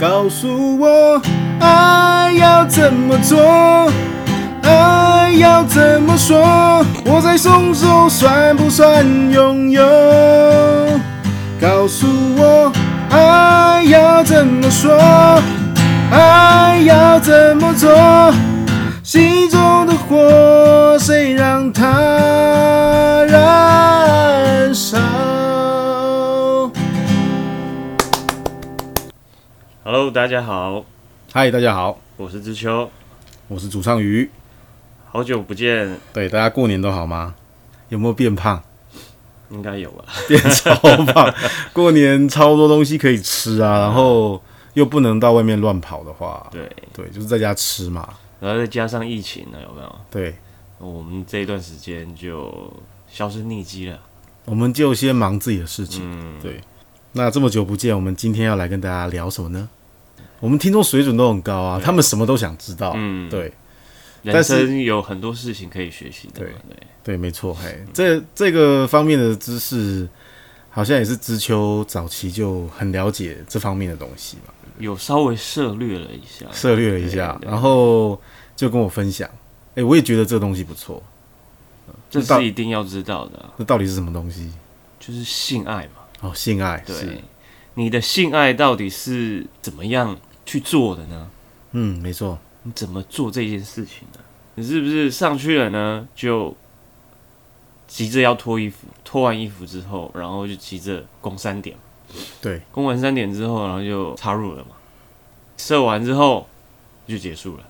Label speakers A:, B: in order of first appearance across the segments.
A: 告诉我爱要怎么做，爱要怎么说，我在松手算不算拥有？告诉我爱哎要怎么说，爱要怎么做，心中的火谁让它燃烧？
B: Hello，大家好，
A: 嗨，大家好，
B: 我是知秋，
A: 我是主唱鱼。
B: 好久不见，
A: 对，大家过年都好吗？有没有变胖？
B: 应该有吧？
A: 变超 胖？过年超多东西可以吃
B: 嗯
A: 啊，然后又不能到外面乱跑的话，
B: 对，
A: 对，就是在家吃嘛。
B: 然后再加上疫情呢，有没有？
A: 对，
B: 我们这一段时间就销声匿迹了。
A: 我们就先忙自己的事情。
B: 嗯，
A: 对，那这么久不见，我们今天要来跟大家聊什么呢？我们听众水准都很高啊，他们什么都想知道。
B: 嗯
A: 哦对但
B: 人
A: 是
B: 生有很多事情可以学习的嘛，对，
A: 对，没错。嘿，这这个方面的知识，好像也是知秋早期就很了解这方面的东西嘛。
B: 有稍微涉略了一下，
A: 涉略了一下，
B: 对对
A: 然后就跟我分享，哎、我也觉得这个东西不错，
B: 这
A: 知道
B: 是一定要知道的啊，
A: 那到底是什么东西？
B: 就是性爱嘛。
A: 哦，性爱是，
B: 对，你的性爱到底是怎么样去做的呢？
A: 嗯，没错，
B: 你怎么做这件事情呢？你是不是上去了呢，就急着要脱衣服？脱完衣服之后，然后就急着攻三点，
A: 对，
B: 攻完三点之后，然后就插入了嘛，射完之后就结束了。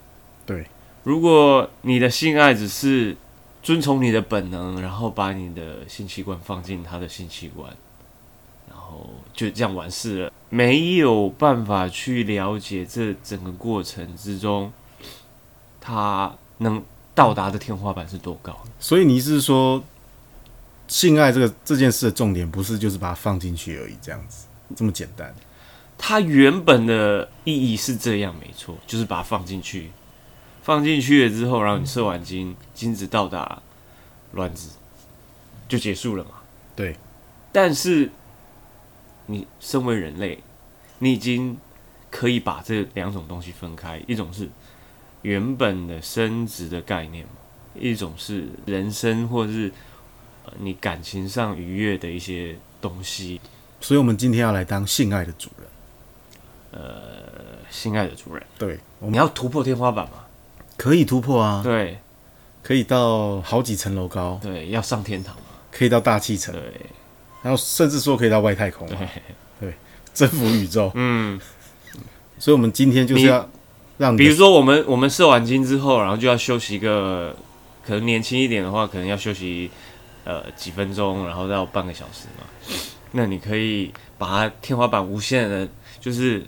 A: 对，
B: 如果你的性爱只是遵从你的本能，然后把你的性器官放进他的性器官，然后就这样完事了，没有办法去了解这整个过程之中，他能到达的天花板是多高。
A: 所以你是说，性爱这个这件事的重点不是就是把它放进去而已，这样子这么简单？
B: 它原本的意义是这样，没错，就是把它放进去，放进去了之后，然后你射完精，精子到达卵子，就结束了嘛。
A: 对。
B: 但是，你身为人类，你已经可以把这两种东西分开，一种是原本的生殖的概念嘛，一种是人生或者是呃你感情上愉悦的一些东西，
A: 所以我们今天要来当性爱的主人，
B: 性爱的主人。
A: 对，我
B: 你
A: 们
B: 要突破天花板嘛？
A: 可以突破啊，
B: 对
A: 可以到好几层楼高，
B: 对，要上天堂嘛？
A: 可以到大气层，
B: 对
A: 然后甚至说可以到外太空啊、
B: 对，
A: 征服宇宙。
B: 嗯，
A: 所以我们今天就是
B: 你
A: 要让你的
B: 比如说我们我们射完精之后，然后就要休息一个，可能年轻一点的话，可能要休息呃几分钟，然后到半个小时嘛。那你可以把它天花板无限的，就是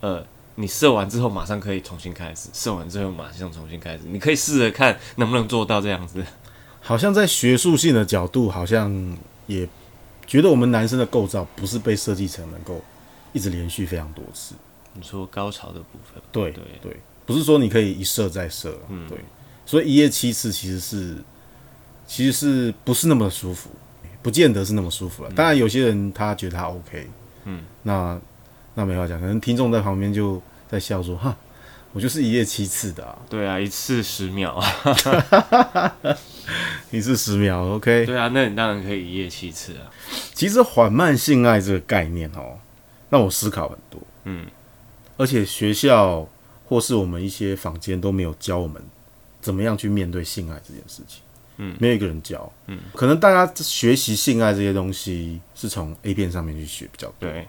B: 呃，你射完之后马上可以重新开始，射完之后马上重新开始，你可以试着看能不能做到这样子。
A: 好像在学术性的角度，好像也觉得我们男生的构造不是被设计成能够一直连续非常多次。
B: 你说高潮的部分，
A: 对
B: 对
A: 对，不是说你可以一射再射，嗯，对，所以一夜七次其实是其实是不是那么舒服，不见得是那么舒服了。啊当然有些人他觉得他 OK，嗯，那那没话讲，可能听众在旁边就在笑说哈。我就是一夜七次的、啊，
B: 对啊，一次十秒啊，
A: 一次十秒，OK。
B: 对啊，那你当然可以一夜七次啊。
A: 其实缓慢性爱这个概念哦，让我思考很多。
B: 嗯，
A: 而且学校或是我们一些坊间都没有教我们怎么样去面对性爱这件事情。
B: 嗯，
A: 没有一个人教。嗯，可能大家学习性爱这些东西是从 A 片上面去学比较多。
B: 对，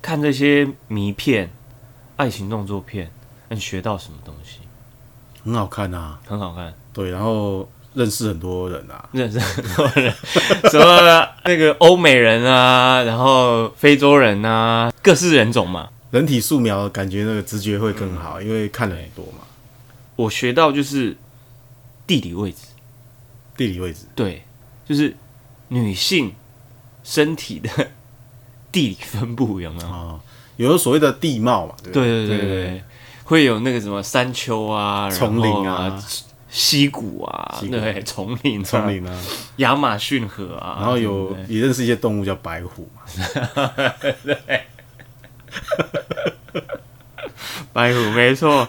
B: 看这些迷片、爱情动作片，能学到什么东西？
A: 很好看啊，
B: 很好看，
A: 对，然后认识很多人啊，
B: 认识很多 人，什么那个欧美人啊，然后非洲人啊，各式人种嘛。
A: 人体素描感觉那个直觉会更
B: 嗯
A: 好，因为看了很多嘛，
B: 我学到就是地理位置，
A: 地理位置。
B: 对，就是女性身体的地理分布有没有？
A: 哦，有所谓的地貌嘛，对不
B: 对对对对，会有那个什么山丘啊、然后
A: 丛林
B: 啊
A: 啊、
B: 溪谷啊，
A: 溪谷
B: 对，丛林、啊、
A: 丛林啊，
B: 亚马逊河啊，
A: 然后有
B: 对不对
A: 也认识一些动物叫白虎嘛，
B: 白虎没错，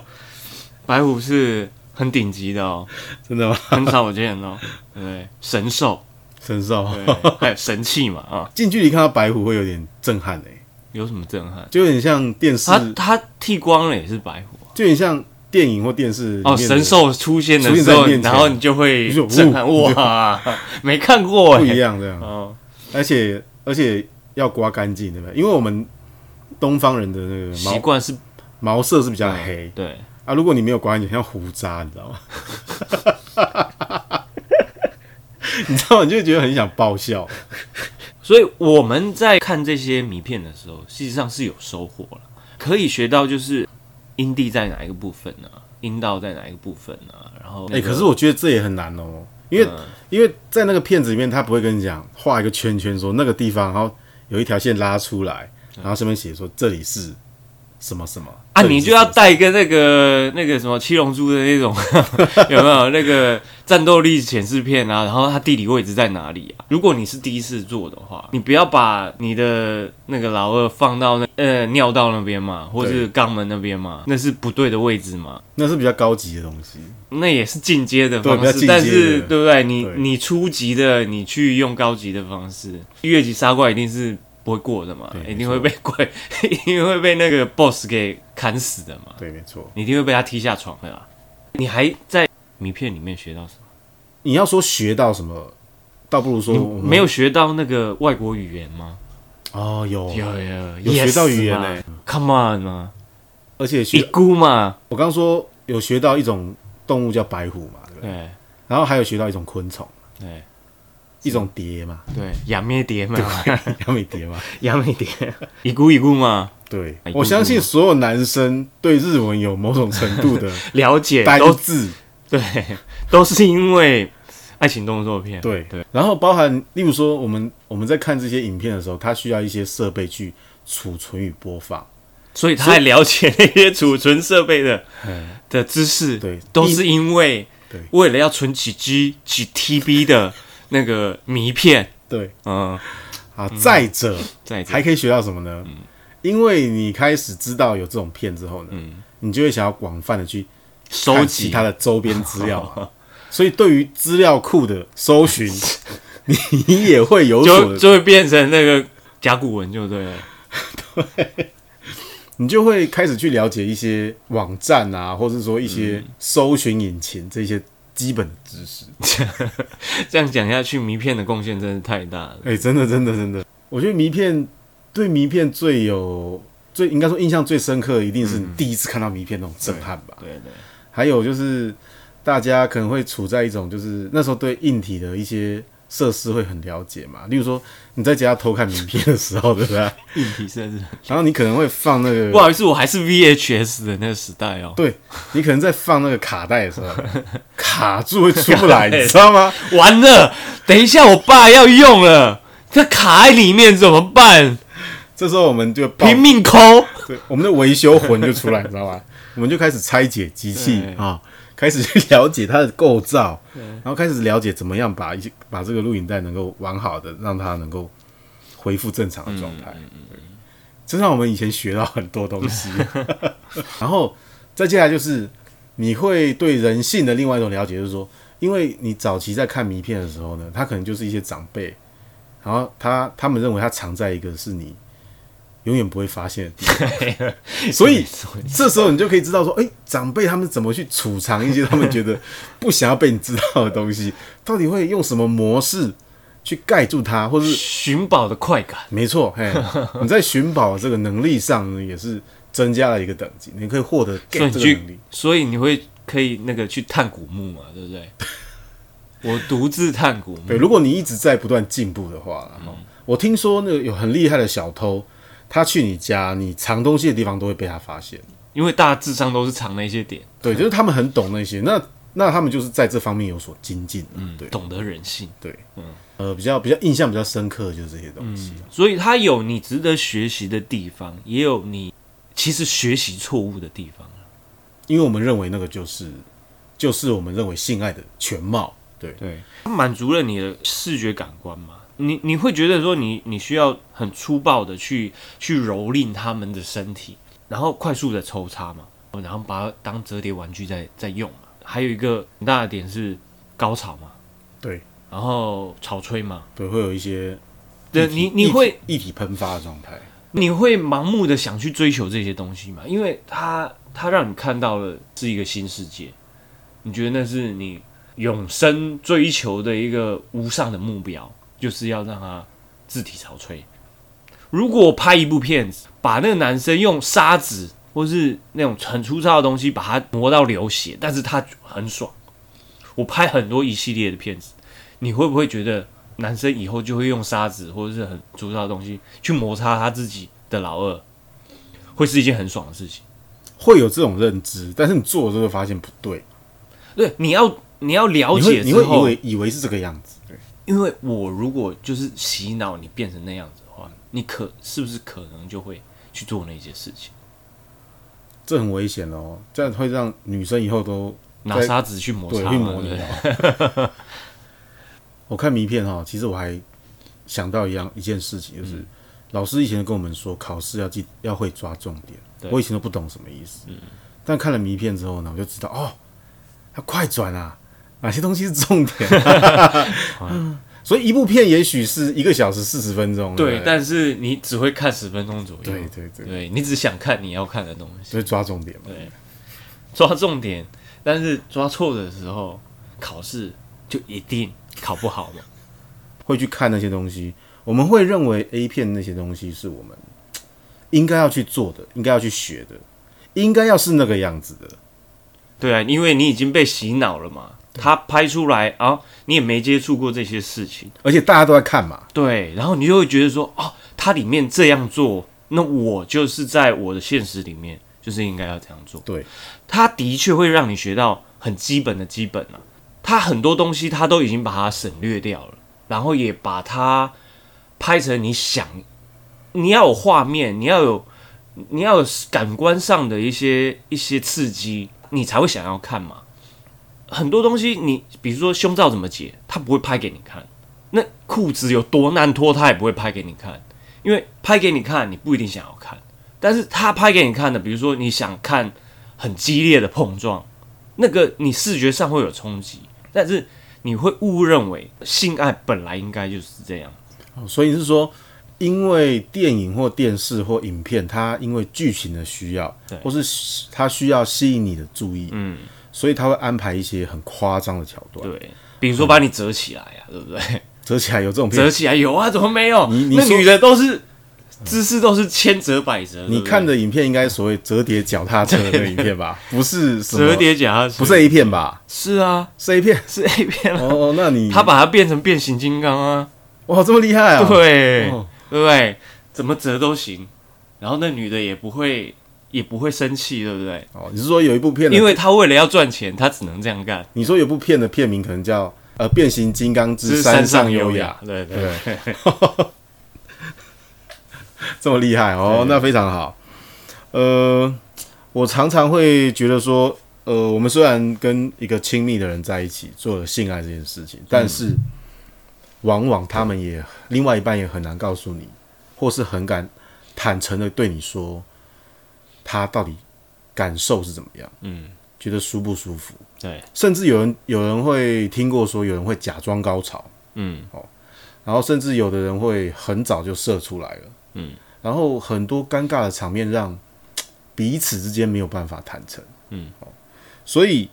B: 白虎是很顶级 的哦，
A: 真的吗？
B: 很少见哦，对，神兽，
A: 神兽，
B: 对，还有神器嘛啊，
A: 哦近距离看到白虎会有点震撼诶、
B: 有什么震撼？
A: 就有点像电视，
B: 他他剃光了也是白虎啊
A: 就有点像电影或电视里面的
B: 哦，神兽出现的
A: 出
B: 时
A: 现
B: 候
A: 在你，面前
B: 然后你就会
A: 你就
B: 震撼哇，没看过
A: 不一
B: 哎，
A: 样这样。
B: 哦，
A: 而且而且要刮干净，对不对？因为我们东方人的那个
B: 习
A: 毛
B: 惯是
A: 毛色是比较黑
B: 对，
A: 啊，如果你没有刮干净，像胡渣，你知道 吗？ 你知道吗？你就会觉得很想爆笑。
B: 所以我们在看这些迷片的时候，事实上是有收获了，可以学到就是阴蒂在哪一个部分呢、阴道在哪一个部分呢、然后
A: 哎、
B: 那个、嗯
A: 可是我觉得这也很难哦，因为、因为在那个片子里面，他不会跟你讲画一个圈圈说那个地方，然后有一条线拉出来，然后上面写说这里是什么什么
B: 嗯啊，
A: 这里
B: 你
A: 是
B: 就要
A: 什么
B: 带一个那个那个什么七龙珠的那种， 有没有那个战斗力显示片啊？然后它地理位置在哪里啊？如果你是第一次做的话，你不要把你的那个老二放到那呃尿道那边嘛，或是肛门那边嘛，那是不对的位置嘛。
A: 那是比较高级的东西。
B: 那也是进阶的
A: 对
B: 方
A: 比较进阶
B: 式，但是
A: 的
B: 对不对？你
A: 对
B: 你初级的，你去用高级的方式，越级杀怪一定是不会过的嘛，
A: 对
B: 一定会被怪， 一定会被那个 boss 给砍死的嘛，
A: 对，没错。
B: 你一定会被他踢下床的啦。你还在名片里面学到什么？
A: 你要说学到什么，倒不如说我
B: 你
A: 们
B: 没有学到那个外国语言吗？
A: 哦，有
B: 有有
A: 有学到语言
B: 呢、
A: 呢、
B: Come on 啊，
A: 而且
B: 一
A: 学
B: 姑嘛，
A: 我刚说有学到一种动物叫白虎嘛，对不对？
B: 对
A: 然后还有学到一种昆虫，
B: 对
A: 一种蝶 嘛，
B: 对，亚美蝶嘛，
A: 杨美蝶嘛。
B: 亚美蝶， 一姑一姑嘛，
A: 对
B: 哎，
A: 我相信所有男生对日文有某种程度 的
B: 了解
A: 单
B: 都
A: 字，
B: 对，都是因为爱情动作片。
A: 对
B: 对，
A: 然后包含例如说我们我们在看这些影片的时候，它需要一些设备去储存与播放。
B: 所以他还了解那些储存设备的
A: 嗯，
B: 的知识，
A: 对
B: 都是因为
A: 对
B: 为了要存几 G 几 TB 的那个迷片，
A: 对
B: 嗯，
A: 啊，再者
B: 再者
A: 还可以学到什么呢？因为你开始知道有这种片之后呢，
B: 嗯
A: 你就会想要广泛的去
B: 收
A: 看其
B: 集
A: 他的周边资料 嘛。所以对于资料库的搜寻，你也会有
B: 就
A: 所，
B: 就会变成那个甲骨文，就对了。
A: 你就会开始去了解一些网站啊，或者说一些搜寻引擎这些基本的知识。
B: 这样讲下去，迷片的贡献真是太大了。
A: 哎、真的，真的，真的，我觉得迷片对迷片最有最应该说印象最深刻，一定是你第一次看到迷片那种震撼吧。
B: 对对，
A: 还有就是大家可能会处在一种就是那时候对硬体的一些设施会很了解嘛，例如说你在家偷看名片的时候，对不对？
B: 硬体设置。
A: 然后你可能会放那
B: 不
A: 个，
B: 好意思，我还是 VHS 的那个时代哦，
A: 对你可能在放那个卡带的时候，卡住会出不来，你知道吗？
B: 完了，等一下我爸要用了，这卡在里面怎么办？
A: 这时候我们就抱
B: 拼命抠。
A: 对我们的维修魂就出来，你知道吧？我们就开始拆解机器
B: 对
A: 啊，开始去了解它的构造，然后开始了解怎么样把一些把这个录影带能够完好的让它能够恢复正常的状态。对这让我们以前学到很多东西。然后再接下来就是你会对人性的另外一种了解，就是说，因为你早期在看迷片的时候呢，他可能就是一些长辈，然后他他们认为他藏在一个是你永远不会发现的地方，所以这时候你就可以知道说，哎、长辈他们怎么去储藏一些他们觉得不想要被你知道的东西，到底会用什么模式去盖住它，或 是
B: 寻宝的快感，
A: 没错，嘿，你在寻宝这个能力上呢，也是增加了一个等级，你可以获得
B: 所以
A: get
B: 你
A: 这个能力
B: 去。，所以你会可以那个去探古墓嘛，对不对？我独自探古墓
A: 对，，如果你一直在不断进步的话啦，哦
B: 嗯
A: 我听说那个有很厉害的小偷，他去你家，你藏东西的地方都会被他发现。
B: 因为大家智商都是藏那些点，
A: 对，就是他们很懂那些，那那他们就是在这方面有所精进的。嗯，对
B: 懂得人性，
A: 对，
B: 嗯
A: 呃，比较比较印象比较深刻的就是这些东西。啊
B: 所以它有你值得学习的地方，也有你其实学习错误的地方。
A: 因为我们认为那个就是就是我们认为性爱的全貌。对，
B: 对，它满足了你的视觉感官嘛？你你会觉得说你你需要很粗暴的去去蹂躏他们的身体，然后快速的抽插嘛？然后把它当折叠玩具在在用嘛。还有一个很大的点是高潮嘛，
A: 对，
B: 然后潮吹嘛，
A: 对，会有一些
B: 对
A: 一体
B: 你你会
A: 一体喷发的状态，
B: 你会盲目的想去追求这些东西嘛？因为它它让你看到了是一个新世界，你觉得那是你永生追求的一个无上的目标，就是要让它自体潮吹。如果我拍一部片子，把那个男生用砂纸或是那种很粗糙的东西把它磨到流血，但是他很爽。我拍很多一系列的片子，你会不会觉得男生以后就会用砂纸或者是很粗糙的东西去摩擦他自己的老二，会是一件很爽的事情？
A: 会有这种认知，但是你做的时候发现不对，
B: 对，你要你要了
A: 你会
B: 解
A: 你
B: 之
A: 会以
B: 后，
A: 为以为是这个样子，对，
B: 因为我如果就是洗脑你变成那样子的话，你可是不是可能就会去做那些事情？
A: 这很危险哦，这样会让女生以后都
B: 拿
A: 在
B: 砂纸去摩
A: 对
B: 擦
A: 会
B: 嘛，
A: 磨
B: 对不
A: 你
B: 对？
A: 哦。 我看名片哦哈，其实我还想到一样一件事情，
B: 嗯
A: 就是、老师以前跟我们说，考试要记要会抓重点。
B: 对嗯
A: 我以前都不懂什么意思，但看了名片之后呢，我就知道哦，要快转啊，哪些东西是重 点、嗯所以一部片也许是一个小时四十分钟，
B: 对，
A: 不
B: 但是你只会看十分钟左右，
A: 对对对，
B: 对你只想看你要看的东西，
A: 所以抓重点嘛。
B: 对，抓重点，但是抓错的时候，考试就一定考不好嘛。
A: 会去看那些东西，我们会认为 A 片那些东西是我们应该要去做的，应该要去学的，应该要是那个样子的。
B: 对啊，因为你已经被洗脑了嘛，他拍出来啊，你也没接触过这些事情，
A: 而且大家都在看嘛，
B: 对，然后你就会觉得说，哦，它里面这样做，那我就是在我的现实里面就是应该要这样做。
A: 对，
B: 它的确会让你学到很基本的基本啊，它很多东西它都已经把它省略掉了，然后也把它拍成你想，你要有画面，你要有你要有感官上的一些一些刺激，你才会想要看嘛。很多东西你比如说胸罩怎么解，他不会拍给你看；那裤子有多难脱，他也不会拍给你看，因为拍给你看你不一定想要看。但是他拍给你看的，比如说你想看很激烈的碰撞，那个你视觉上会有冲击，但是你会误认为性爱本来应该就是这样。
A: 哦所以是说，因为电影或电视或影片，它因为剧情的需要
B: 对，
A: 或是它需要吸引你的注意，
B: 嗯，
A: 所以它会安排一些很夸张的桥段，
B: 对，比如说把你折起来呀、对不对？
A: 折起来有这种
B: 折
A: 片，
B: 起来有啊，怎么没有？
A: 你你
B: 那
A: 说
B: 女的都是姿势都是千折百折，对
A: 你
B: 不对
A: 看的影片应该所谓折叠脚踏车的那个影片吧，不是什么
B: 折叠夹
A: 不是 A 片吧？
B: 是啊，
A: 是 A 片
B: 是 A 片啊，
A: 哦，那你
B: 他把它变成变形金刚啊，
A: 哇这么厉害啊？
B: 对、
A: 哦
B: 对不对？怎么折都行，然后那女的也不会也不会生气，对不对？
A: 哦，你是说有一部片的，
B: 因为她为了要赚钱，她只能这样干。
A: 你说有部片的片名可能叫呃《变形金刚
B: 这
A: 之
B: 是
A: 山
B: 山
A: 上
B: 上
A: 优
B: 优
A: 雅
B: 雅，对》，对
A: 对，这么厉害哦，那非常好。呃，我常常会觉得说，呃，我们虽然跟一个亲密的人在一起做了性爱这件事情，
B: 嗯
A: 但是、往往他们也另外一半也很难告诉你，或是很敢坦诚的对你说，他到底感受是怎么样，
B: 嗯，
A: 觉得舒不舒服。
B: 对，
A: 甚至有人有人会听过说，有人会假装高潮，
B: 嗯，
A: 然后甚至有的人会很早就射出来了，
B: 嗯，
A: 然后很多尴尬的场面让彼此之间没有办法坦诚，
B: 嗯
A: 哦，所以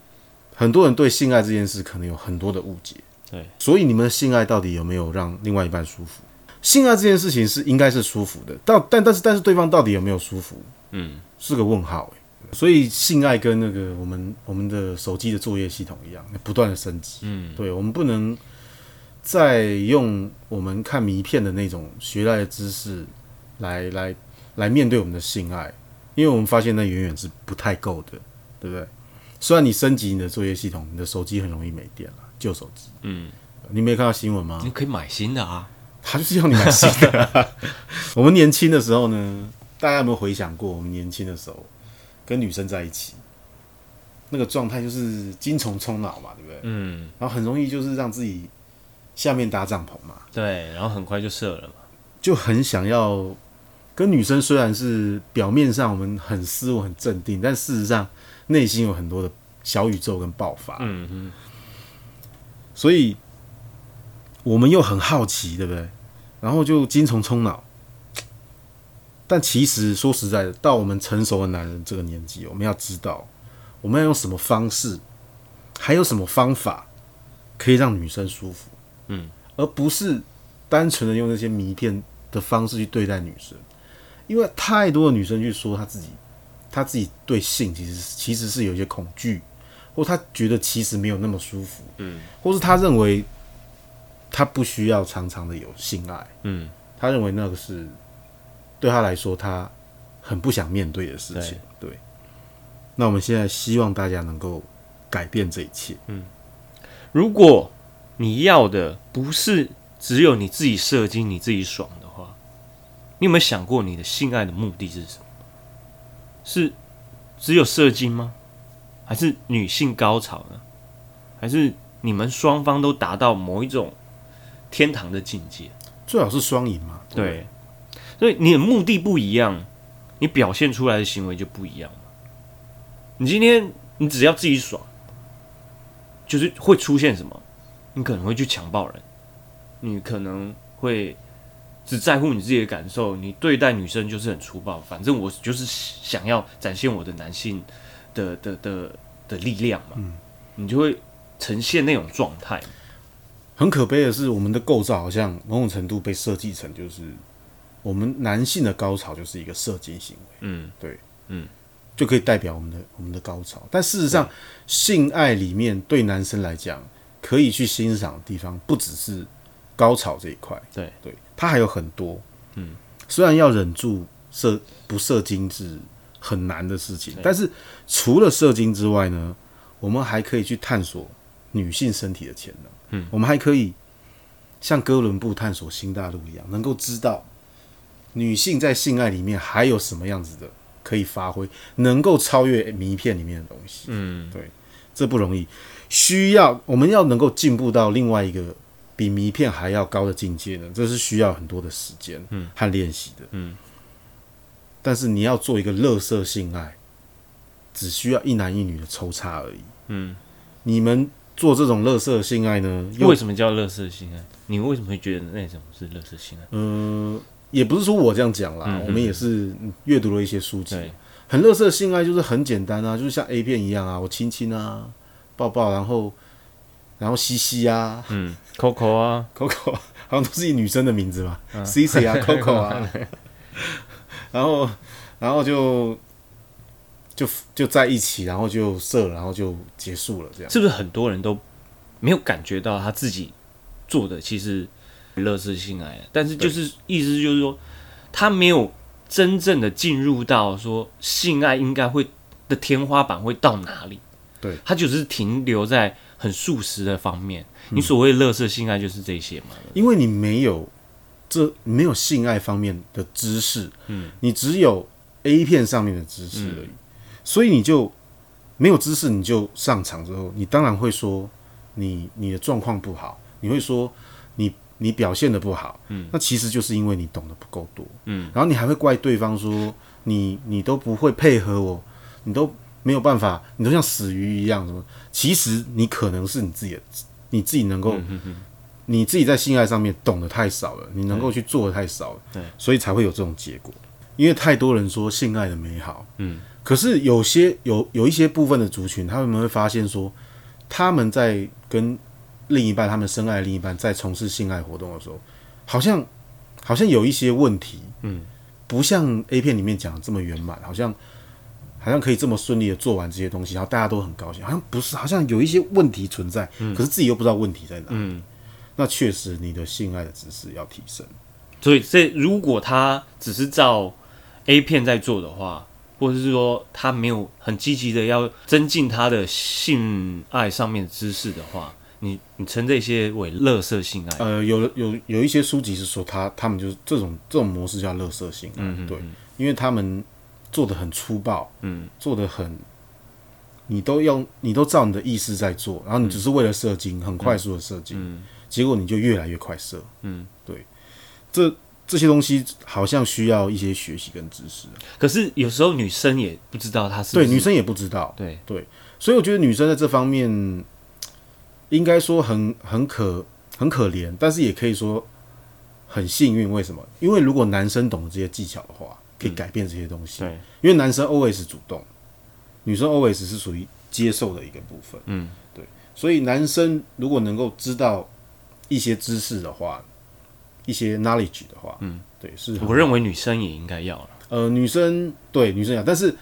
A: 很多人对性爱这件事可能有很多的误解，
B: 对，
A: 所以你们的性爱到底有没有让另外一半舒服？性爱这件事情是应该是舒服的，到但但是但是对方到底有没有舒服
B: 嗯，
A: 是个问号、欸所以性爱跟那个我们我们的手机的作业系统一样，不断的升级。
B: 嗯，
A: 对，我们不能再用我们看迷片的那种学来的知识来来来面对我们的性爱，因为我们发现那远远是不太够的，对不对？虽然你升级你的作业系统，你的手机很容易没电了，旧手机。
B: 嗯，
A: 你没看到新闻吗
B: 你？可以买新的啊。
A: 他就是要你买新的。 我们年轻的时候呢，大家有没有回想过，我们年轻的时候跟女生在一起，那个状态就是精虫充脑嘛，对不对？
B: 嗯，
A: 然后很容易就是让自己下面搭帐篷嘛，
B: 对，然后很快就射了嘛。
A: 就很想要跟女生虽然是表面上我们很斯文、很镇定，但事实上内心有很多的小宇宙跟爆发。
B: 嗯嗯，
A: 所以我们又很好奇，对不对？然后就精虫充脑。但其实说实在的，到我们成熟的男人这个年纪，我们要知道我们要用什么方式，还有什么方法可以让女生舒服，
B: 嗯，
A: 而不是单纯的用那些迷骗的方式去对待女生，因为太多的女生去说她自己，她自己对性其实其实是有一些恐惧，或她觉得其实没有那么舒服，或是他认为他不需要常常的有性爱，
B: 嗯，
A: 他认为那个是对他来说他很不想面对的事情，对。那我们现在希望大家能够改变这一切，
B: 如果你要的不是只有你自己射精、你自己爽的话，你有没有想过你的性爱的目的是什么？是只有射精吗？还是女性高潮呢？还是你们双方都达到某一种天堂的境界？
A: 最好是双赢嘛。不，
B: 对，所以你的目的不一样，你表现出来的行为就不一样嘛。你今天你只要自己爽，就是会出现什么？你可能会去强暴人，你可能会只在乎你自己的感受，你对待女生就是很粗暴。反正我就是想要展现我的男性的的的的力量嘛，你就会呈现那种状态。
A: 很可悲的是，我们的构造好像某种程度被设计成就是我们男性的高潮就是一个射精行为。
B: 嗯，
A: 就可以代表我们的我们的高潮。但事实上，性爱里面对男生来讲，可以去欣赏的地方不只是高潮这一块，
B: 对
A: 对，它还有很多。嗯，虽然要忍住射不射精是很难的事情，但是除了射精之外呢，我们还可以去探索女性身体的潜能。嗯，我们还可以像哥伦布探索新大陆一样，能够知道女性在性爱里面还有什么样子的可以发挥，能够超越迷片里面的东西。
B: 嗯，
A: 这不容易，需要我们要能够进步到另外一个比迷片还要高的境界呢，这是需要很多的时间和练习的。
B: 嗯，
A: 但是你要做一个乐色性爱，只需要一男一女的抽插而已。
B: 嗯，
A: 你们做这种乐色性爱呢，又
B: 为什么叫乐色性爱？你为什么会觉得那种是乐色性爱？
A: 嗯，也不是说我这样讲啦，
B: 嗯嗯
A: 我们也是阅读了一些书籍，
B: 对，
A: 很乐色性爱就是很简单啊，就是像 A 片一样啊，我亲亲啊，抱抱，然后然后吸吸啊
B: 嗯，Coco 啊，
A: ，Coco 好像都是以女生的名字嘛、c
B: 嗯
A: c 啊，Coco 啊，然后然后就就就在一起，然后就射了，然后就结束了，这样
B: 是不是很多人都没有感觉到他自己做的其实乐色性爱？但是就是意思就是说，他没有真正的进入到说性爱应该会的天花板会到哪里？
A: 对，
B: 他就是停留在很素食的方面。你所谓乐色性爱就是这些嘛？
A: 因为你没有这没有性爱方面的知识，嗯，你只有 A 片上面的知识而已，所以你就没有知识，你就上场之后，你当然会说你你的状况不好，你会说你你表现的不好，嗯，那其实就是因为你懂得不够多，
B: 嗯，
A: 然后你还会怪对方说你你都不会配合我，你都没有办法，你都像死鱼一样什么？其实你可能是你自己的，你自己能够。你自己在性爱上面懂得太少了，你能够去做的太少了，
B: 对，
A: 所以才会有这种结果。因为太多人说性爱的美好，
B: 嗯，
A: 可是有些有有一些部分的族群，他们会发现说，他们在跟另一半，他们深爱的另一半在从事性爱活动的时候，好像好像有一些问题，嗯，不像 A 片里面讲的这么圆满，好像好像可以这么顺利的做完这些东西，然后大家都很高兴，好像不是，好像有一些问题存在，可是自己又不知道问题在哪，
B: 嗯，
A: 那确实你的性爱的知识要提升，
B: 所以这如果他只是照 A 片在做的话，或者是说他没有很积极的要增进他的性爱上面的知识的话，你你称这些为乐色性爱，
A: 呃，有有有一些书籍是说他他们就是这种这种模式叫乐色性爱，
B: 嗯嗯
A: 对，因为他们做的很粗暴，
B: 嗯，
A: 做的很，你都用你都照你的意识在做，然后你只是为了射精，很快速的射精，
B: 嗯
A: 结果你就越来越快射，
B: 嗯，
A: 对，这这些东西好像需要一些学习跟知识啊。
B: 可是有时候女生也不知道她是不
A: 对，
B: 是
A: 女生也不知道，
B: 对
A: 所以我觉得女生在这方面，应该说很很可很可怜，但是也可以说很幸运。为什么？因为如果男生懂得这些技巧的话，可以改变这些东西。
B: 对
A: 因为男生 always 主动，女生 always 是属于接受的一个部分。
B: 嗯，
A: 对，所以男生如果能够知道一些知识的话，一些 knowledge 的话，嗯，对，是很
B: 我认为女生也应该要了。
A: 呃，女生对女生讲，但是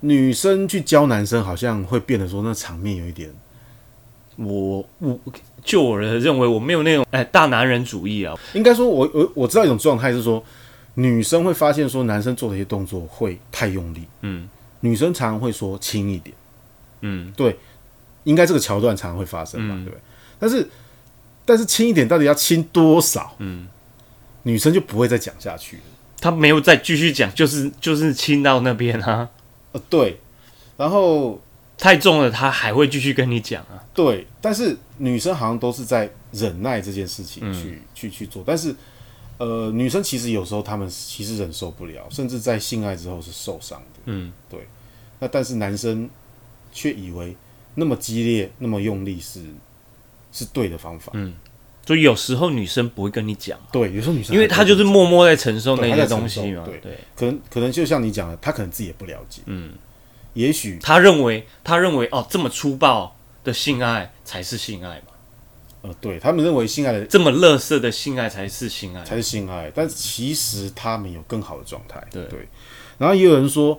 A: 女生去教男生，好像会变得说那场面有一点，
B: 我我就我的认为，我没有那种哎大男人主义啊，
A: 应该说我，我我知道一种状态是说，女生会发现说男生做的一些动作会太用力，
B: 嗯，
A: 女生常常会说轻一点，
B: 嗯，
A: 应该这个桥段常常会发生嘛，对不对？但是但是轻一点到底要轻多少？嗯，女生就不会再讲下去了。
B: 他没有再继续讲，就是就是亲到那边啊，
A: 呃，对，然后
B: 太重了，他还会继续跟你讲啊。
A: 对，但是女生好像都是在忍耐这件事情
B: 嗯
A: 去、去去做，但是呃，女生其实有时候她们其实忍受不了，甚至在性爱之后是受伤的。
B: 嗯，
A: 那但是男生却以为那么激烈、那么用力是是对的方法。
B: 嗯所以有时候女生不会跟你讲，
A: 对，有时候女生
B: 因为她
A: 她
B: 就是默默在承受那
A: 对她
B: 些
A: 在承
B: 东西
A: 受
B: 嘛。
A: 对
B: 对，
A: 可能可能就像你讲的，她可能自己也不了解。
B: 嗯，
A: 也许
B: 她认为她认为哦，这么粗暴的性爱才是性爱嘛，
A: 呃，对他们认为性爱的
B: 这么乐色的性爱才是性爱。
A: 才是性爱，但其实他们有更好的状态。
B: 对
A: 然后也有人说，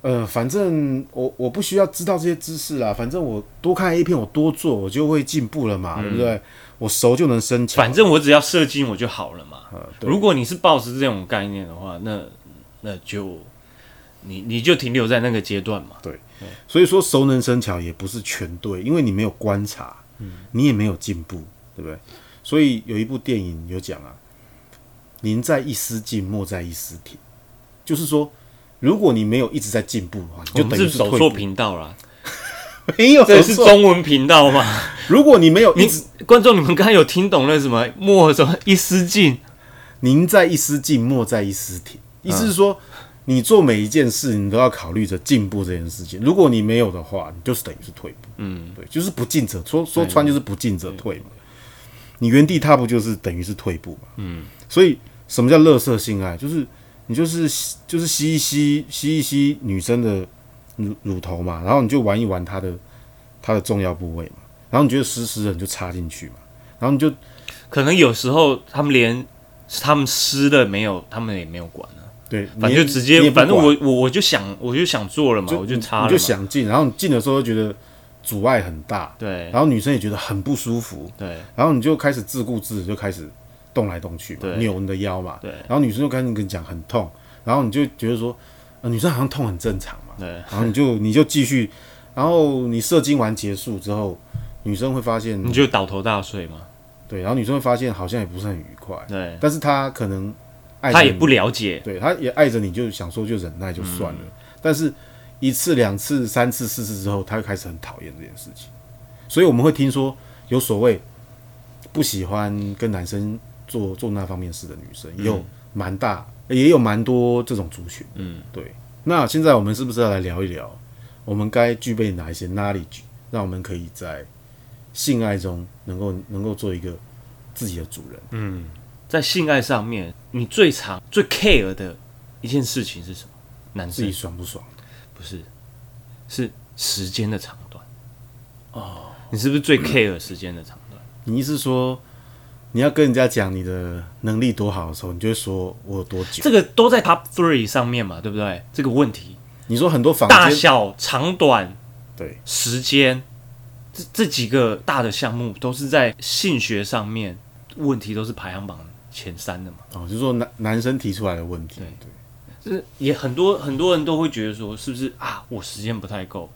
A: 呃，反正我我不需要知道这些知识啦，反正我多看 A 片，我多做，我就会进步了嘛，对不对？我熟就能生巧。
B: 嗯反正我只要射精我就好了嘛。
A: 呃对
B: 如果你是抱持这种概念的话，那那就你你就停留在那个阶段嘛。
A: 所以说熟能生巧也不是全对，因为你没有观察，
B: 嗯
A: 你也没有进步，对不对？所以有一部电影有讲啊，宁在一丝进，莫在一丝停，就是说。如果你没有一直在进步的话，你
B: 我
A: 就等
B: 们
A: 于
B: 哦是
A: 是
B: 走
A: 退
B: 错
A: 步，
B: 频道啦，
A: 没有
B: 这
A: 走
B: 是
A: 错
B: 中文频 道吗？
A: 如果你没有一
B: 你
A: 直
B: 观众，你们刚才有听懂那什么“莫什么一丝进
A: 宁在一丝进，莫在一丝停，
B: 嗯
A: 意思是说，你做每一件事，你都要考虑着进步这件事情。如果你没有的话，你就是等于是退步。嗯，对，就是不进则说说穿就是不进则退嘛。你原地踏步就是等于是退步嘛。嗯，所以什么叫乐色性爱？就是你就是吸就是吸一吸吸一吸女生的乳乳头嘛，然后你就玩一玩她的她的重要部位嘛，然后你觉得湿湿的你就插进去嘛，然后你就”，
B: 可能有时候他们连他们湿的没有，他们也没有管啊，
A: 对，
B: 反
A: 你
B: 正
A: 也
B: 就直
A: 你
B: 接
A: 也，不
B: 反正
A: 管
B: 我我我就想我就想做了嘛，我就插
A: 你
B: 了
A: 就
B: 嘛。
A: 想进，然后你进的时候就觉得阻碍很大，
B: 对
A: 然后女生也觉得很不舒服，
B: 对
A: 然后你就开始自顾自地就开始动来动去嘛，
B: 对
A: 扭你的腰嘛，
B: 对
A: 然后女生就开始跟你讲很痛，然后你就觉得说，呃女生好像痛很正常嘛，
B: 对，
A: 然后你就你就继续，然后你射精完结束之后，女生会发现，
B: 你就倒头大睡嘛。
A: 对，然后女生会发现好像也不是很愉快，
B: 对，
A: 但是她可能爱着
B: 他也
A: 你
B: 不了解，
A: 对，他也爱着你，就想说就忍耐就算了。但是一次、两次、三次、四次之后，他就开始很讨厌这件事情。所以我们会听说有所谓不喜欢跟男生做做那方面事的女生，也有蛮大，也有蛮多这种族群。
B: 嗯，
A: 对。那现在我们是不是要来聊一聊，我们该具备哪一些 knowledge，让我们可以在性爱中能够能够做一个自己的主人？
B: 在性爱上面，你最常最 care 的一件事情是什么？男
A: 自己
B: 生
A: 爽不爽？
B: 不是，是时间的长短。哦，你是不是最 care 时间的长
A: 嗯
B: 短？
A: 你意思说，你要跟人家讲你的能力多好的时候，你就会说我有多久？
B: 这个都在 top three 上面嘛，对不对？这个问题
A: 你说很多房
B: 大
A: 间
B: 小、长短、
A: 对
B: 时间，这这几个大的项目都是在性学上面问题都是排行榜前三的嘛。
A: 哦，就是说男男生提出来的问题，
B: 对
A: 对，
B: 就是也很多很多人都会觉得说，是不是啊？我时间不太够，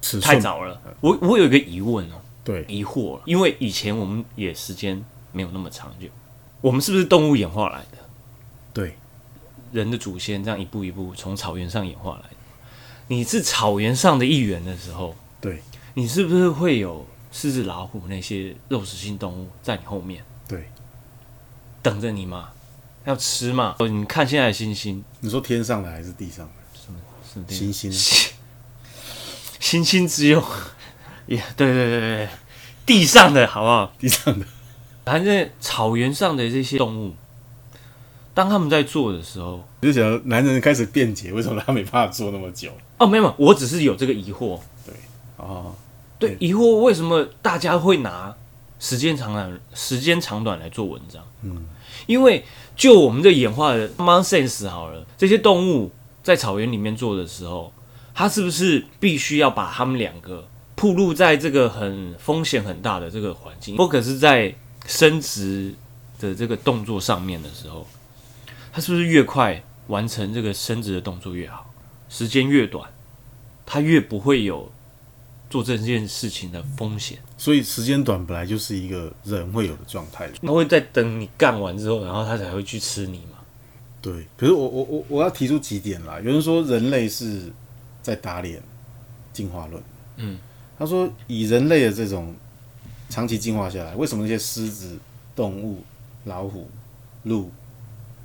A: 尺寸
B: 太早了。我我有一个疑问哦，
A: 对
B: 疑惑了，因为以前我们也时间没有那么长久，我们是不是动物演化来的？
A: 对
B: 人的祖先这样一步一步从草原上演化来的。你是草原上的一员的时候，
A: 对
B: 你是不是会有狮子、老虎那些肉食性动物在你后面
A: 对，
B: 等着你吗？要吃嘛。你看现在的星星，
A: 你说天上的还是地上的？
B: 什么
A: 星星
B: 星 星星之 友，也、对对对对对，地上的好不好？
A: 地上的，
B: 反正草原上的这些动物，当他们在做的时候，
A: 我就想到男人开始辩解，为什么他没办法做那么久？
B: 哦，没有，没有我只是有这个疑惑，
A: 哦，
B: 对，疑惑为什么大家会拿时间长短、时间长短来做文章？
A: 嗯，
B: 因为就我们这演化的 common sense 好了，这些动物在草原里面做的时候，它是不是必须要把它们两个暴露在这个很风险很大的这个环境？focus 是在生殖的这个动作上面的时候，它是不是越快完成这个生殖的动作越好，时间越短，它越不会有做这件事情的风险？
A: 所以时间短本来就是一个人会有的状态。
B: 它会在等你干完之后，然后它才会去吃你嘛？
A: 对，可是我我我我要提出几点啦。有人说人类是在打脸进化论，
B: 嗯，
A: 他说以人类的这种长期进化下来，为什么那些狮子、动物、老虎、鹿、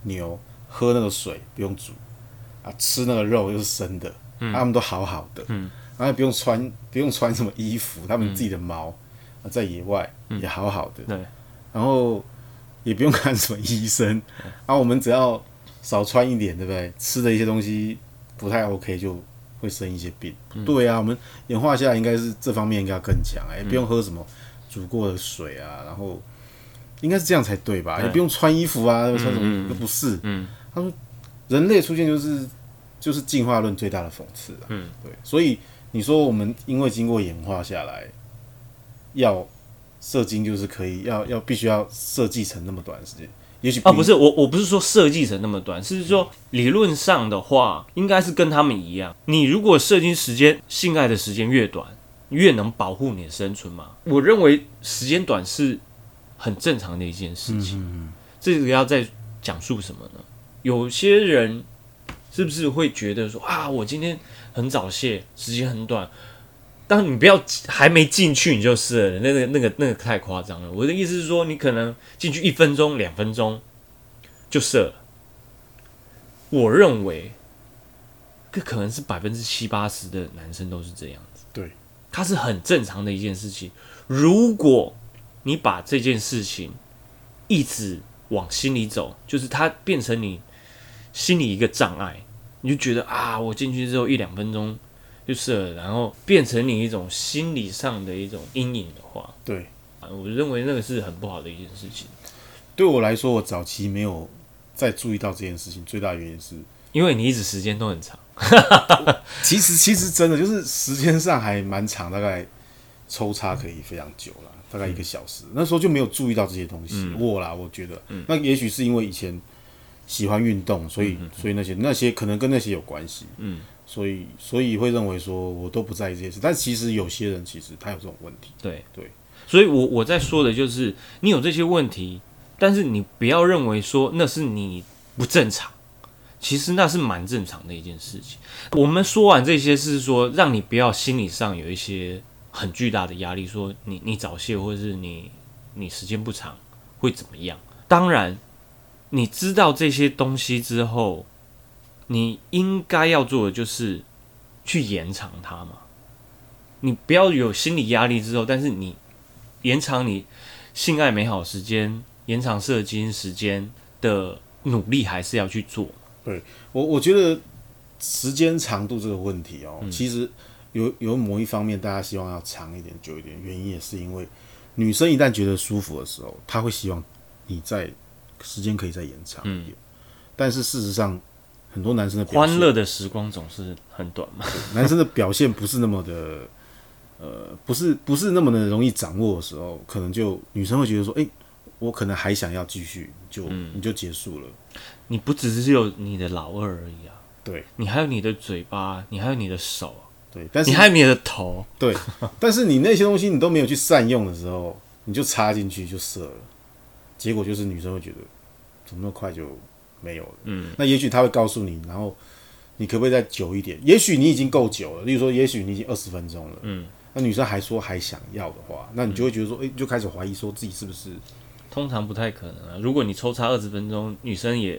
A: 牛喝那个水不用煮啊，吃那个肉又是生的，嗯他们都好好的，
B: 嗯，
A: 然后也不用穿不用穿什么衣服，他们自己的
B: 嗯
A: 毛、啊在野外也好好的，
B: 对。
A: 然后也不用看什么医生，
B: 嗯
A: 啊，我们只要少穿一点，对不对？吃的一些东西不太 OK，就会生一些病。
B: 嗯
A: 对啊，我们演化下来应该是这方面应该要更强，哎、不用喝什么煮过的水啊，然后应该是这样才对吧？也不用穿衣服啊，穿什么都不是。
B: 嗯，
A: 他说人类出现就是就是进化论最大的讽刺啊。
B: 嗯，
A: 对，所以你说我们因为经过演化下来，要射精就是可以要要必须要设计成那么短的时间，也许
B: 啊，不是我，我不是说设计成那么短，是说理论上的话，应该是跟他们一样。你如果射精时间、性爱的时间越短，越能保护你的生存嘛。我认为时间短是很正常的一件事情。这个要再讲述什么呢？有些人是不是会觉得说啊，我今天很早泄，时间很短。当你不要还没进去你就射了，那个那个那个太夸张了。我的意思是说，你可能进去一分钟、两分钟，就射了。我认为，这可能是百分之七八十的男生都是这样子。
A: 对，
B: 它是很正常的一件事情。如果你把这件事情一直往心里走，就是它变成你心里一个障碍，你就觉得啊，我进去之后一两分钟就射了，然后变成你一种心理上的一种阴影的话，
A: 对。
B: 啊我认为那个是很不好的一件事情。
A: 对我来说，我早期没有再注意到这件事情，最大原因是，
B: 因为你一直时间都很长，
A: 其实其实真的就是时间上还蛮长，大概抽插可以非常久了，大概一个小时。那时候就没有注意到这些东西，我啦，我觉得，那也许是因为以前喜欢运动，所以、所以那些那些可能跟那些有关系，
B: 嗯，
A: 所以所以会认为说我都不在意这些事，但其实有些人其实他有这种问题，
B: 对
A: 对，
B: 所以我我在说的就是，你有这些问题，但是你不要认为说那是你不正常，其实那是蛮正常的一件事情。我们说完这些是说，让你不要心理上有一些很巨大的压力，说你你早泄或者是你你时间不长会怎么样？当然，你知道这些东西之后，你应该要做的就是去延长它嘛。你不要有心理压力之后，但是你延长你性爱美好时间、延长射精时间的努力还是要去做。
A: 我我觉得时间长度这个问题哦，
B: 嗯
A: 其实有有某一方面大家希望要长一点、久一点，原因也是因为女生一旦觉得舒服的时候，她会希望你在时间可以再延长一点。但是事实上，很多男生的表现
B: 嗯欢乐的时光总是很短嘛。
A: 男生的表现不是那么的，呃，不是不是那么的容易掌握的时候，可能就女生会觉得说，哎、我可能还想要继续，就、
B: 嗯
A: 你就结束了。
B: 你不只是有你的老二而已啊，
A: 对
B: 你还有你的嘴巴，你还有你的手啊，
A: 对，但是
B: 你还有你的头。
A: 对，但是你那些东西你都没有去善用的时候，你就插进去就射了，结果就是女生会觉得怎么那么快就没有了。
B: 嗯，
A: 那也许她会告诉你，然后你可不可以再久一点？也许你已经够久了，例如说，也许你已经二十分钟了，
B: 嗯，
A: 那女生还说还想要的话，那你就会觉得说，哎、就开始怀疑说自己是不是
B: 通常不太可能啊。如果你抽插二十分钟，女生也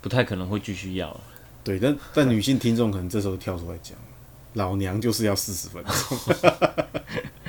B: 不太可能会继续要啊。
A: 对，但但女性听众可能这时候跳出来讲，老娘就是要四十分钟，